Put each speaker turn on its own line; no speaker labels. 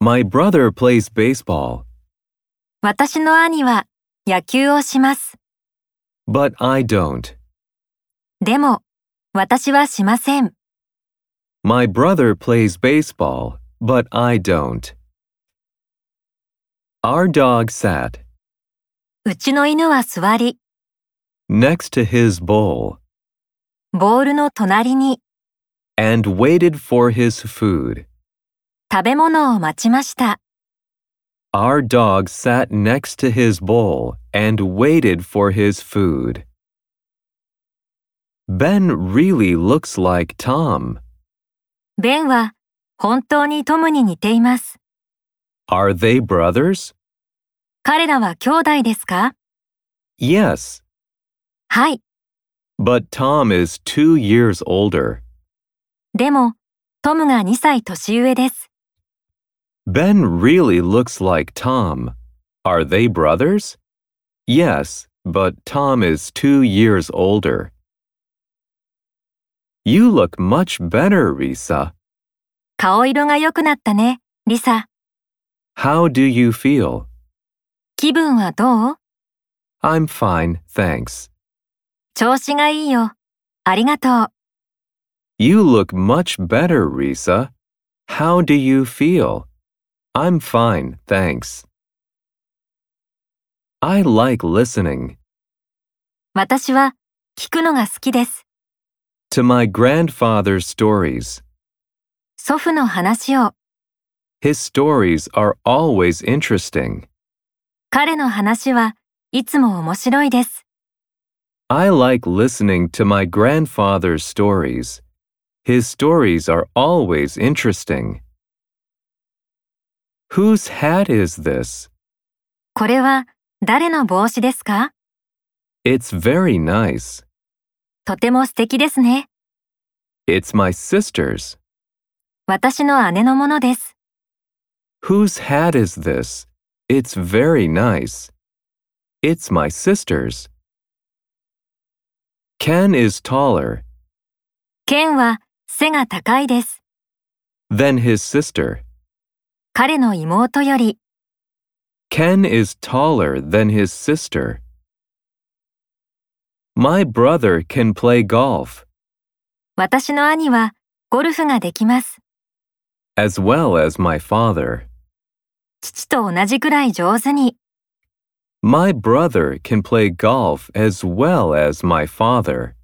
My brother plays baseball,
私の兄は野球をします。
but I don't.
でも、私はしません。
My brother plays baseball, but I don't. Our dog sat
うちの犬は座り、
next to his bowl
ボールの隣に
and waited for his food.
食べ物を待ちました。
Our dog sat next to his bowl and waited for his food. Ben really looks like Tom.
ベンは本当にトムに似ています。
Are they brothers?
彼らは兄弟ですか
Yes,
はい。
but Tom is two years older.
でも、トムが2歳年上です。
Ben really looks like Tom. Are they brothers? Yes, but Tom is two years older. You look much better, Risa.
顔色が良くなったね、リサ。
How do you feel?
気分はどう
I'm fine, thanks.
調子がいいよ。ありがとう。
You look much better, Risa. How do you feel? I'm fine, thanks. I like listening
私は聞くのが好きです。
to my grandfather's stories.
祖父の話を、
His stories are always interesting.
彼の話はいつも面白いです。
I like listening to my grandfather's stories. His stories are always interesting. Whose hat is this?
これは誰の帽子ですか
It's very nice.
とても素敵ですね。
It's my sister's.
私の姉のものです。
Whose hat is this? It's very nice. It's my sister's. Ken is taller
剣は背が高いです。
than his sister.
彼の妹より、
Ken is taller than his sister. My brother can play golf
私の兄はゴルフができます。
as well as my father.
父と同じくらい上手に。
My brother can play golf as well as my father.